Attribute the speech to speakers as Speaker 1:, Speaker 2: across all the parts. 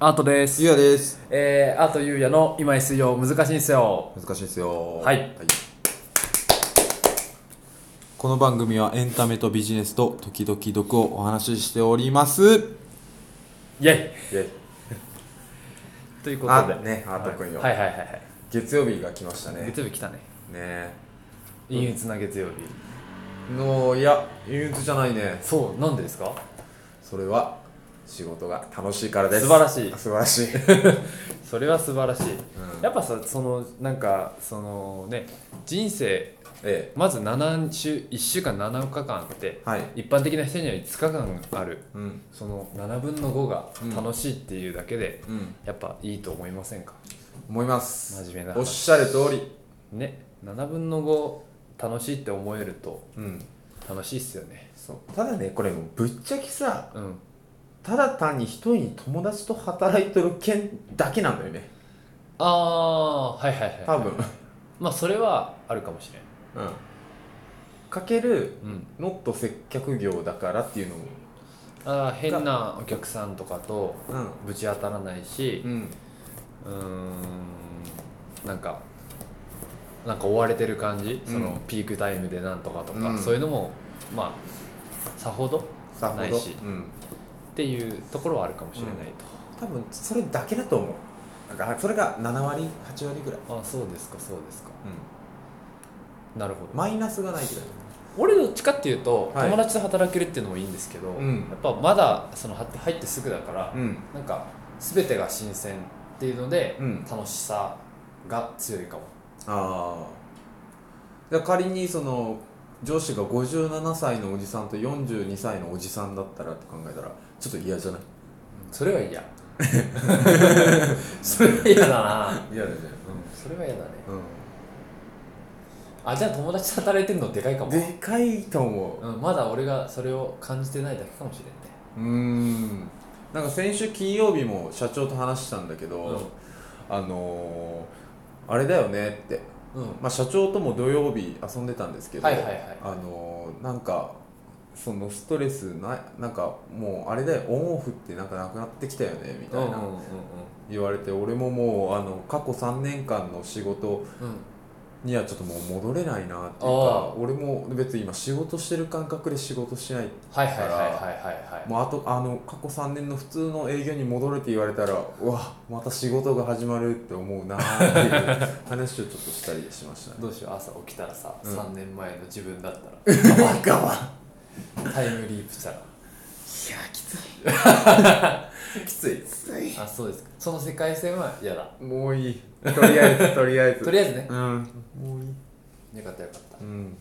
Speaker 1: アートです
Speaker 2: ゆうやです
Speaker 1: えー、アートゆうやの今井水曜難しいんすよ
Speaker 2: 難しいですよ
Speaker 1: はい
Speaker 2: この番組はエンタメとビジネスと時々毒をお話ししております
Speaker 1: イェイということで
Speaker 2: あねアート君よ
Speaker 1: はいはいはいはい
Speaker 2: 月曜日が来ましたね
Speaker 1: 月曜日来たね
Speaker 2: ね
Speaker 1: 陰鬱な月曜日
Speaker 2: のいや憂鬱じゃないね
Speaker 1: そうなんでですか
Speaker 2: それは仕事が楽しいからです
Speaker 1: 素晴らしい
Speaker 2: 素晴 らしい
Speaker 1: それは素晴らしい、
Speaker 2: うん
Speaker 1: やっぱさそのなんかそのね人生
Speaker 2: え
Speaker 1: まず7週1週間7日間って
Speaker 2: えはい
Speaker 1: 一般的な人には5日間ある
Speaker 2: うん
Speaker 1: その7分の5が楽しいっていうだけで、
Speaker 2: うん
Speaker 1: やっぱいいと思いませんか
Speaker 2: 思います
Speaker 1: 真面目な話
Speaker 2: おっしゃる通り
Speaker 1: ね7分の5楽しいって思えると
Speaker 2: うん
Speaker 1: 楽しいっすよね
Speaker 2: そうただねこれもうぶっちゃけさ
Speaker 1: うん
Speaker 2: ただ単に一人に友達と働いてる件だけなんだよね
Speaker 1: ああはいはいはい
Speaker 2: 多分、
Speaker 1: まあそれはあるかもしれん
Speaker 2: うん、かける
Speaker 1: うん
Speaker 2: ノット接客業だからっていうのも
Speaker 1: あー変なお客さんとかと
Speaker 2: うん
Speaker 1: ぶち当たらないし
Speaker 2: うん
Speaker 1: うーんなんかなんか追われてる感じ、
Speaker 2: うん
Speaker 1: そのピークタイムでなんとかとか、
Speaker 2: うん
Speaker 1: そういうのもまあさほどっ
Speaker 2: さほ
Speaker 1: な
Speaker 2: ど
Speaker 1: いし
Speaker 2: うん、
Speaker 1: ていうところはあるかもしれない
Speaker 2: 多分それだけだと思うなんかそれが7割8割ぐらい、
Speaker 1: と、あそうですかそうですか
Speaker 2: う
Speaker 1: なるほど
Speaker 2: ん、マイナスがないぐらい
Speaker 1: 俺どっちかっていうと、
Speaker 2: はい
Speaker 1: 友達と働けるっていうのもいいんですけど、
Speaker 2: うん
Speaker 1: やっぱまだそのは入ってすぐだから、
Speaker 2: ん
Speaker 1: なんか全てが新鮮っていうので、
Speaker 2: うん
Speaker 1: 楽しさが強いかも
Speaker 2: ああじゃあ仮にその上司が57歳のおじさんと42歳のおじさんだったらって考えたらちょっと嫌じゃない
Speaker 1: それは 嫌それは嫌だな、
Speaker 2: 嫌だよね
Speaker 1: それは嫌だね
Speaker 2: うん、うん
Speaker 1: あじゃあ友達と働いてるのでかいかも、
Speaker 2: でかいと思
Speaker 1: うん、まだ俺がそれを感じてないだけかもしれんね
Speaker 2: ううーんなんか先週金曜日も社長と話したんだけど、
Speaker 1: うん
Speaker 2: あのー、あれだよねって、
Speaker 1: うん
Speaker 2: まあ、社長とも土曜日遊んでたんですけど、
Speaker 1: はいはいはい
Speaker 2: あのー、なんかそのストレスないなんかもうあれだよオンオフってなんかなくなってきたよねみたいな、
Speaker 1: うんうん
Speaker 2: 言われて俺ももうあの過去3年間の仕事
Speaker 1: うんうん
Speaker 2: にはちょっともう戻れないなっていう
Speaker 1: ああ
Speaker 2: か俺も別に今仕事してる感覚で仕事しない
Speaker 1: はいはいはいはいはいはい
Speaker 2: もうあとあの過去3年の普通の営業に戻れって言われたらうわまた仕事が始まるって思うなーっていう話をちょっとしたりしました ね
Speaker 1: どうしよう朝起きたらさ、
Speaker 2: うん
Speaker 1: 3年前の自分だったらガバガバタイムリープしたら
Speaker 2: いやきついきついきつい
Speaker 1: あそうですかその世界線は嫌だ
Speaker 2: もういいとりあえずとりあえず
Speaker 1: とりあえずね
Speaker 2: う、んもういい
Speaker 1: よかったよかった
Speaker 2: うん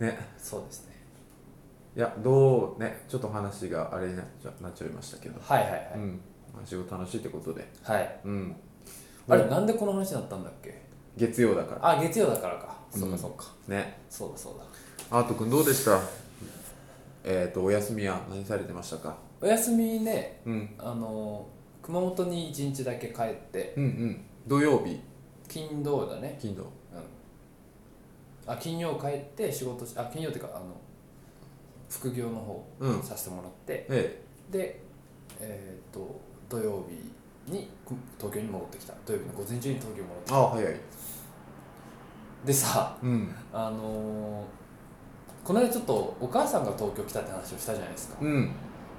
Speaker 2: ね
Speaker 1: そうですね
Speaker 2: いやどうねちょっと話があれになっちゃなっちゃいましたけど、
Speaker 1: はいはいはい、
Speaker 2: うんまあ仕事楽しいってことで
Speaker 1: はい
Speaker 2: うん
Speaker 1: あれなんでこの話になったんだっけ
Speaker 2: 月曜だから
Speaker 1: あ月曜だからか、そっ
Speaker 2: うん
Speaker 1: かそっか
Speaker 2: ね
Speaker 1: そうだそうだ
Speaker 2: アート君どうでしたえっ、ー、とお休みは何されてましたか
Speaker 1: お休みね
Speaker 2: うん
Speaker 1: あの熊本に1日だけ帰って
Speaker 2: うんうん土曜日
Speaker 1: 金土だね
Speaker 2: 金土
Speaker 1: うんあ金曜帰って仕事しあ金曜っていうかあの副業の方
Speaker 2: うん
Speaker 1: させてもらって、
Speaker 2: え
Speaker 1: でえっ、と土曜日にく東京に戻ってきた土曜日の午前中に東京に戻って
Speaker 2: えあ早い
Speaker 1: でさ
Speaker 2: うん
Speaker 1: あのーこの間ちょっとお母さんが東京来たって話をしたじゃないですか
Speaker 2: うん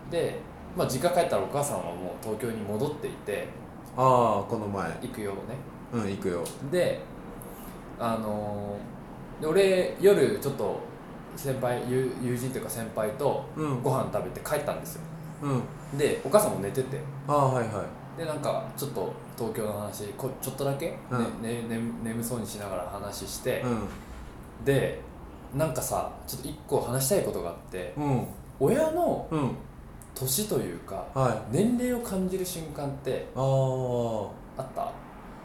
Speaker 1: で、まあ、実家帰ったらお母さんはもう東京に戻っていて
Speaker 2: ああこの前
Speaker 1: 行くよね
Speaker 2: うん行くよ
Speaker 1: であのーで俺夜ちょっと先輩友友人というか先輩と
Speaker 2: うん
Speaker 1: ご飯食べて帰ったんですよ
Speaker 2: うん
Speaker 1: でお母さんも寝てて
Speaker 2: ああはいはい
Speaker 1: でなんかちょっと東京の話こちょっとだけ、ね
Speaker 2: うん
Speaker 1: ねね眠そうにしながら話して
Speaker 2: う、
Speaker 1: でなんかさちょっと一個話したいことがあって
Speaker 2: んうん
Speaker 1: 親の
Speaker 2: うん
Speaker 1: 年というか
Speaker 2: はい
Speaker 1: 年齢を感じる瞬間って
Speaker 2: ああ、
Speaker 1: あった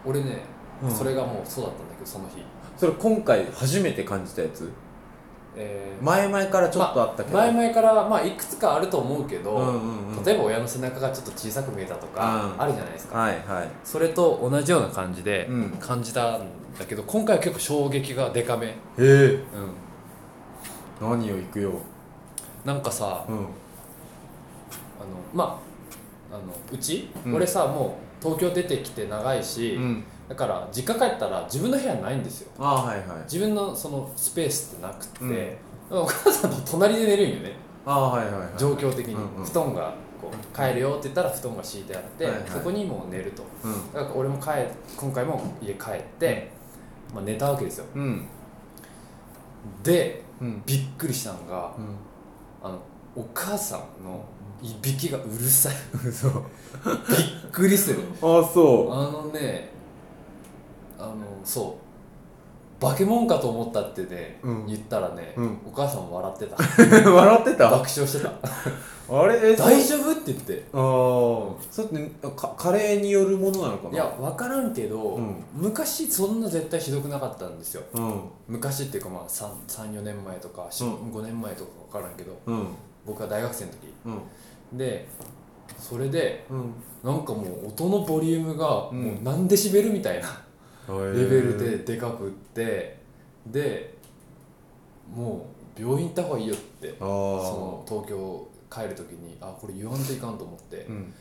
Speaker 1: 俺ね、
Speaker 2: うん、
Speaker 1: それがもうそうだったんだけどその日、
Speaker 2: それ今回初めて感じたやつ
Speaker 1: えー
Speaker 2: 前々からちょっとあったけど、
Speaker 1: 前々からまあいくつかあると思うけど、
Speaker 2: うんうんうん
Speaker 1: 例えば親の背中がちょっと小さく見えたとか、
Speaker 2: うん
Speaker 1: あるじゃないですか
Speaker 2: はいはい
Speaker 1: それと同じような感じで
Speaker 2: うん
Speaker 1: 感じたんだけど、今回は結構衝撃がでかめ、
Speaker 2: ええ
Speaker 1: うん、
Speaker 2: 何を行くよ
Speaker 1: なんかさ、
Speaker 2: うん
Speaker 1: あのまああのうち、
Speaker 2: うん
Speaker 1: 俺さもう東京出てきて長いし、
Speaker 2: うん
Speaker 1: だから実家帰ったら自分の部屋ないんですよ
Speaker 2: ああはいはい
Speaker 1: 自分のそのスペースってなくて、
Speaker 2: うん
Speaker 1: だからお母さんと隣で寝るんよね
Speaker 2: ああはいはいはい
Speaker 1: 状況的に、
Speaker 2: うんうん
Speaker 1: 布団がこう帰るよって言ったら布団が敷いてあって、
Speaker 2: はいはい
Speaker 1: そこにもう寝ると
Speaker 2: うん
Speaker 1: だから俺も帰今回も家帰って、まあ、寝たわけですよ
Speaker 2: うん
Speaker 1: で
Speaker 2: うん
Speaker 1: びっくりしたのが
Speaker 2: うん
Speaker 1: あのお母さんのいびきがうるさい
Speaker 2: 嘘あ
Speaker 1: びっくりする
Speaker 2: あ
Speaker 1: あ
Speaker 2: そ
Speaker 1: のねあのそう化け物かと思ったってね、
Speaker 2: うん
Speaker 1: 言ったらね、
Speaker 2: うん
Speaker 1: お母さんも笑って た
Speaker 2: う笑ってた
Speaker 1: 爆笑してた
Speaker 2: あれえそ
Speaker 1: 大丈夫って言って
Speaker 2: あーそれってかカレーによるものなのかない
Speaker 1: や分からんけど、
Speaker 2: うん
Speaker 1: 昔そんな絶対ひどくなかったんですよ
Speaker 2: うん
Speaker 1: 昔っていうかまあ34年前とか
Speaker 2: うん
Speaker 1: 5年前とか分からんけど
Speaker 2: うん
Speaker 1: 僕は大学生の時
Speaker 2: うん
Speaker 1: でそれで
Speaker 2: うん
Speaker 1: なんかもう音のボリュームが
Speaker 2: うん
Speaker 1: もう何デシベルみたいなレベル
Speaker 2: へ
Speaker 1: で
Speaker 2: ー
Speaker 1: でかくってでもう病院行った方がいいよって
Speaker 2: あ
Speaker 1: そ
Speaker 2: あ
Speaker 1: の東京帰る時にあこれ言わんといかんと思って
Speaker 2: うん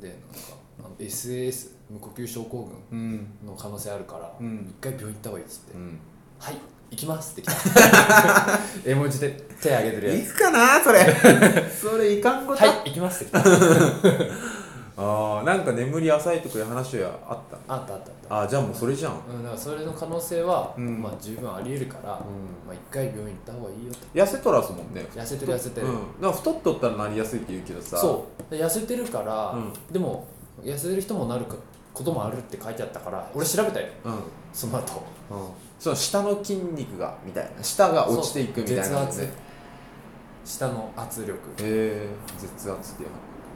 Speaker 1: でなんかあの SAS 無呼吸症候群
Speaker 2: うん
Speaker 1: の可能性あるから、
Speaker 2: う
Speaker 1: 一
Speaker 2: ん
Speaker 1: 回病院行った方がいいっつって「
Speaker 2: うん
Speaker 1: はい行きます」って来た 絵文字で手挙げてるや
Speaker 2: いくか なそれそれいかんこ
Speaker 1: つ「
Speaker 2: と
Speaker 1: はい行きます」って来 た
Speaker 2: ああなんか眠り浅いとかいう話はあった
Speaker 1: あったあったあった
Speaker 2: ああじゃあもうそれじゃん
Speaker 1: うん、だからそれの可能性は、
Speaker 2: うん
Speaker 1: まあ、十分ありえるから、
Speaker 2: う
Speaker 1: まあ、一回病院行った方がいいよと
Speaker 2: ん痩せとらすもんね
Speaker 1: 痩せてる痩せてる、
Speaker 2: うん、だから太っとったらなりやすいって言うけどさ
Speaker 1: そうで痩せてるから、
Speaker 2: うん
Speaker 1: でも痩せてる人もなるかこともあるって書いてあったから俺調べたよ
Speaker 2: う、うんうん、
Speaker 1: その後
Speaker 2: その下の筋肉がみたいな下が落ちていくみたいな
Speaker 1: そう
Speaker 2: 感じ
Speaker 1: 血
Speaker 2: で
Speaker 1: 圧下の圧力
Speaker 2: へえ絶圧っていう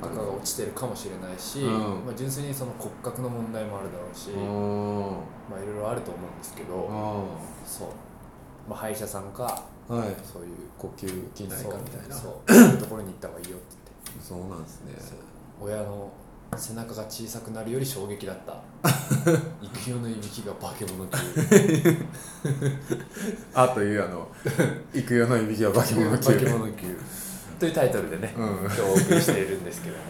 Speaker 1: とかが落ちてるかもしれないし、
Speaker 2: うん
Speaker 1: まあ、純粋にその骨格の問題もあるだろうし、
Speaker 2: うーん
Speaker 1: まあ、いろいろあると思うんですけど、
Speaker 2: あ
Speaker 1: そう、まあ、歯医者さんか
Speaker 2: ーはい
Speaker 1: そういう
Speaker 2: 呼吸筋内科みたいな
Speaker 1: そ
Speaker 2: そう
Speaker 1: うそういうところに行った方がいいよって
Speaker 2: なんですね
Speaker 1: そう言って親の背中が小さくなるより衝撃だった 育代のいびきが化け物級
Speaker 2: あというあの 「行くよのいびきは化け物級」
Speaker 1: 化け物級というタイトルでね、
Speaker 2: うん
Speaker 1: 今日お送りしているんですけども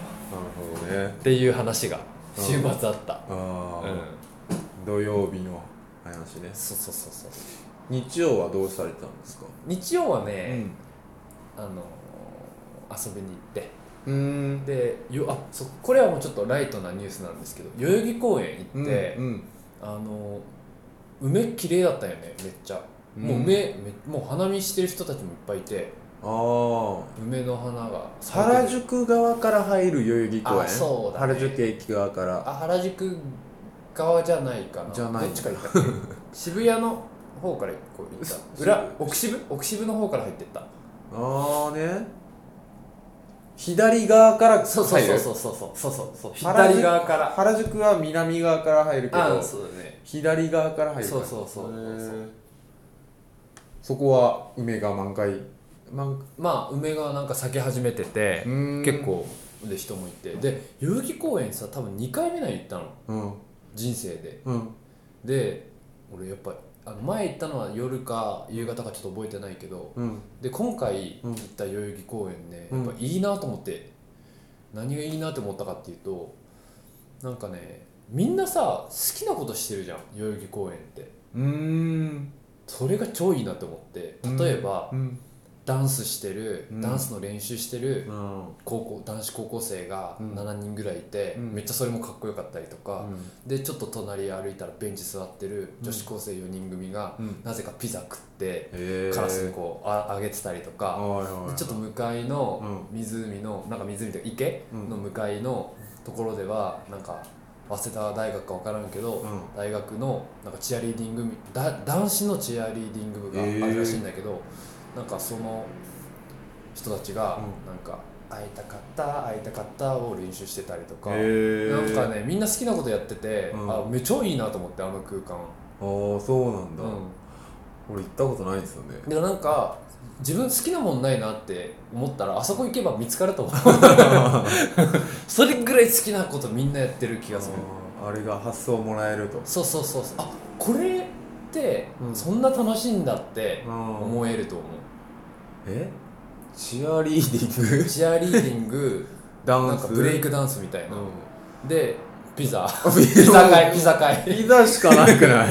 Speaker 2: なるほどね
Speaker 1: っていう話が
Speaker 2: うん
Speaker 1: 週末あった、
Speaker 2: あ
Speaker 1: う
Speaker 2: あ、土曜日の話ね
Speaker 1: そうそうそうそう
Speaker 2: 日曜はどうされてたんですか
Speaker 1: 日曜は
Speaker 2: う
Speaker 1: ね、
Speaker 2: ん
Speaker 1: あの遊びに行って
Speaker 2: うーん
Speaker 1: でよあそうこれはもうちょっとライトなニュースなんですけど代々木公園行って、
Speaker 2: うんうん
Speaker 1: あの梅綺麗だったよねめっちゃ、
Speaker 2: うん
Speaker 1: もう梅めもう花見してる人たちもいっぱいいて
Speaker 2: ああ
Speaker 1: 梅の花が咲いてる
Speaker 2: 原宿側から入る代々木公園
Speaker 1: あそうだね
Speaker 2: 原宿駅側から
Speaker 1: あ原宿側じゃないかな
Speaker 2: じゃない
Speaker 1: どっちから行 ったっけ渋谷の方からこう行った裏奥渋奥渋の方から入ってった
Speaker 2: ああね左側から
Speaker 1: そうそう
Speaker 2: 入
Speaker 1: そう
Speaker 2: る
Speaker 1: そうそうそうそうそうそう
Speaker 2: 原宿
Speaker 1: 左側から
Speaker 2: 原宿は南側から入るけ
Speaker 1: あ
Speaker 2: ど
Speaker 1: あそうだね
Speaker 2: 左側から入る
Speaker 1: そうそうそう
Speaker 2: へ
Speaker 1: そ
Speaker 2: ーそこは梅が満開満
Speaker 1: まあ梅がなんか咲き始めてて
Speaker 2: うーん
Speaker 1: 結構で人もいてで代々木公園さ多分2回目なんよ行ったの
Speaker 2: うん
Speaker 1: 人生で
Speaker 2: うん
Speaker 1: で俺やっぱあの前行ったのは夜か夕方かちょっと覚えてないけど
Speaker 2: うん
Speaker 1: で今回
Speaker 2: うん
Speaker 1: 行った代々木公園ね、
Speaker 2: うん
Speaker 1: やっぱいいなと思って何がいいなと思ったかっていうとなんかねみんなさ好きなことしてるじゃん代々木公園って
Speaker 2: うーん
Speaker 1: それが超いいなと思って例えば、
Speaker 2: うん
Speaker 1: ダンスしてる
Speaker 2: うん
Speaker 1: ダンスの練習してる
Speaker 2: うん
Speaker 1: 高校男子高校生が
Speaker 2: うん
Speaker 1: 7人ぐらいいて、
Speaker 2: うん
Speaker 1: めっちゃそれもかっこよかったりとか、
Speaker 2: う
Speaker 1: でちょっと隣歩いたらベンチ座ってる女子高生4人組が、
Speaker 2: ん
Speaker 1: なぜかピザ食って
Speaker 2: へー
Speaker 1: カラスにこうああげてたりとか、
Speaker 2: はいはいはい
Speaker 1: でちょっと向かいの湖の、なんか湖というか池
Speaker 2: うん
Speaker 1: の向かいのところではなんか早稲田大学か分からんけど、
Speaker 2: うん
Speaker 1: 大学のなんかチアリーディング部だ男子のチアリーディング部があるらしいんだけど、なんかその人たちが
Speaker 2: う
Speaker 1: なんか「会いたかった会いたかった」を練習してたりとか。
Speaker 2: へ
Speaker 1: なん
Speaker 2: ー
Speaker 1: かねみんな好きなことやってて、
Speaker 2: うん
Speaker 1: あめっちゃいいなと思ってあの空間、
Speaker 2: ああそうなんだ、
Speaker 1: うん、
Speaker 2: 俺行ったことないんですよね
Speaker 1: でなんか自分好きなもんないなって思ったらあそこ行けば見つかると思う それぐらい好きなことみんなやってる気がする
Speaker 2: あーあれが発想もらえると
Speaker 1: そうそうそうそうあこれって
Speaker 2: うん
Speaker 1: そんな楽しいんだって
Speaker 2: 思
Speaker 1: 思えると思う、
Speaker 2: えチアリーディング
Speaker 1: チアリーディング
Speaker 2: ダ
Speaker 1: な
Speaker 2: ン
Speaker 1: ん
Speaker 2: ス
Speaker 1: かブレイクダンスみたいな、
Speaker 2: う
Speaker 1: でピ ザ
Speaker 2: んピ
Speaker 1: ピザ会ピザ会
Speaker 2: ピザしかなくない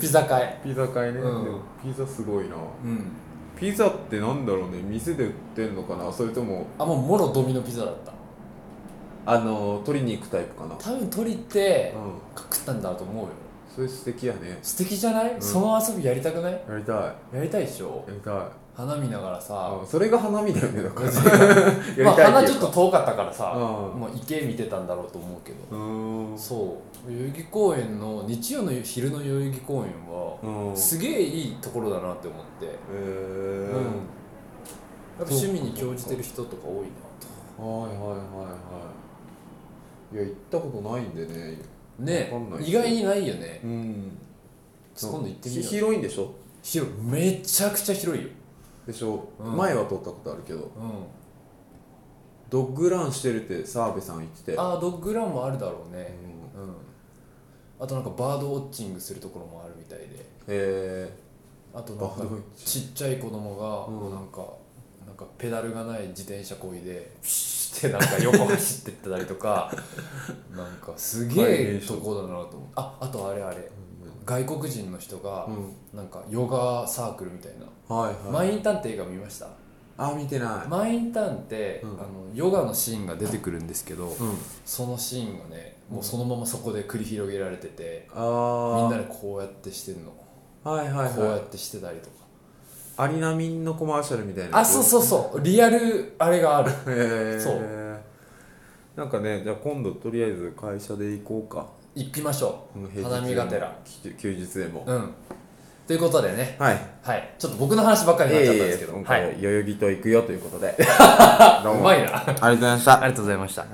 Speaker 1: ピザ会
Speaker 2: ピザ会ね、
Speaker 1: うん
Speaker 2: でもピザすごいな
Speaker 1: うん
Speaker 2: ピザってなんだろうね店で売ってんのかなそれとも
Speaker 1: あもうもろドミノピザだった
Speaker 2: あの取りに行くタイプかな
Speaker 1: 多分鳥って
Speaker 2: うん
Speaker 1: 食ったんだと思うよ
Speaker 2: それ素敵やね
Speaker 1: 素敵じゃない、
Speaker 2: ん
Speaker 1: その遊びやりたくない
Speaker 2: やりたいや
Speaker 1: やりたいでしょ
Speaker 2: りたい
Speaker 1: 花見ながらさ
Speaker 2: あそれが花見だよねだから やり
Speaker 1: まあ
Speaker 2: たい
Speaker 1: 花
Speaker 2: て
Speaker 1: ちょ
Speaker 2: いう
Speaker 1: っ
Speaker 2: か
Speaker 1: と遠かったからさ、
Speaker 2: うん
Speaker 1: まあ、池見てたんだろうと思うけど、
Speaker 2: うーん
Speaker 1: そう代々木公園の日曜の昼の代々木公園は、
Speaker 2: うん
Speaker 1: すげえいいところだなって思って、
Speaker 2: え
Speaker 1: う
Speaker 2: ー
Speaker 1: やっぱ趣味に興じてる人とか多いなと
Speaker 2: はいはいはいはいいや行ったことないんでね
Speaker 1: ね
Speaker 2: わかんない
Speaker 1: 意外にないよね
Speaker 2: うん
Speaker 1: 今度行ってみ
Speaker 2: ひ
Speaker 1: よう
Speaker 2: 広いんでしょ
Speaker 1: 広いめちゃくちゃ広いよ、
Speaker 2: でしょ、
Speaker 1: うん
Speaker 2: 前は通ったことあるけど
Speaker 1: うん、
Speaker 2: ドッグランしてるって澤部さん言ってて
Speaker 1: ああドッグランもあるだろう
Speaker 2: うん
Speaker 1: ね、うん、あとなんかバードウォッチングするところもあるみたいで
Speaker 2: え
Speaker 1: あと
Speaker 2: ー、
Speaker 1: な
Speaker 2: バ
Speaker 1: ん
Speaker 2: ードウ
Speaker 1: か
Speaker 2: ォッチ
Speaker 1: ちっちゃい子供が
Speaker 2: うん
Speaker 1: もうなんか、なんかペダルがない自転車こいでピシッてなんか横走ってったりとか なんかすげえとこだなと思ってああとあれあれ外国人の人が
Speaker 2: うん、うん
Speaker 1: なんかヨガサークルみたいな、
Speaker 2: はいはい
Speaker 1: マインターンって映画見ました
Speaker 2: あ見てない、
Speaker 1: マインターンって、
Speaker 2: うん
Speaker 1: あのヨガのシーンが出てくるんですけど、
Speaker 2: うん
Speaker 1: そのシーンがねもうそのままそこで繰り広げられてて、
Speaker 2: ああ
Speaker 1: みんなでこうやってしてんの、
Speaker 2: はいはい
Speaker 1: こうや
Speaker 2: は
Speaker 1: っ
Speaker 2: い
Speaker 1: てしてたりとか
Speaker 2: アリナミンのコマーシャルみたいな
Speaker 1: あそうそうそうリアルあれがある
Speaker 2: うへえ
Speaker 1: そ
Speaker 2: なんかねじゃあ今度とりあえず会社で行こうか
Speaker 1: 行きましょ
Speaker 2: うん
Speaker 1: う花見がてら
Speaker 2: き休日でも、
Speaker 1: ううんということでね
Speaker 2: はい
Speaker 1: はいちょっと僕の話ばっかりになっちゃったんですけど、
Speaker 2: 今
Speaker 1: は
Speaker 2: 回
Speaker 1: い
Speaker 2: 代々木と行くよということでどう
Speaker 1: う
Speaker 2: も
Speaker 1: ま
Speaker 2: あり
Speaker 1: いなあ
Speaker 2: がとうございました
Speaker 1: りがとうございました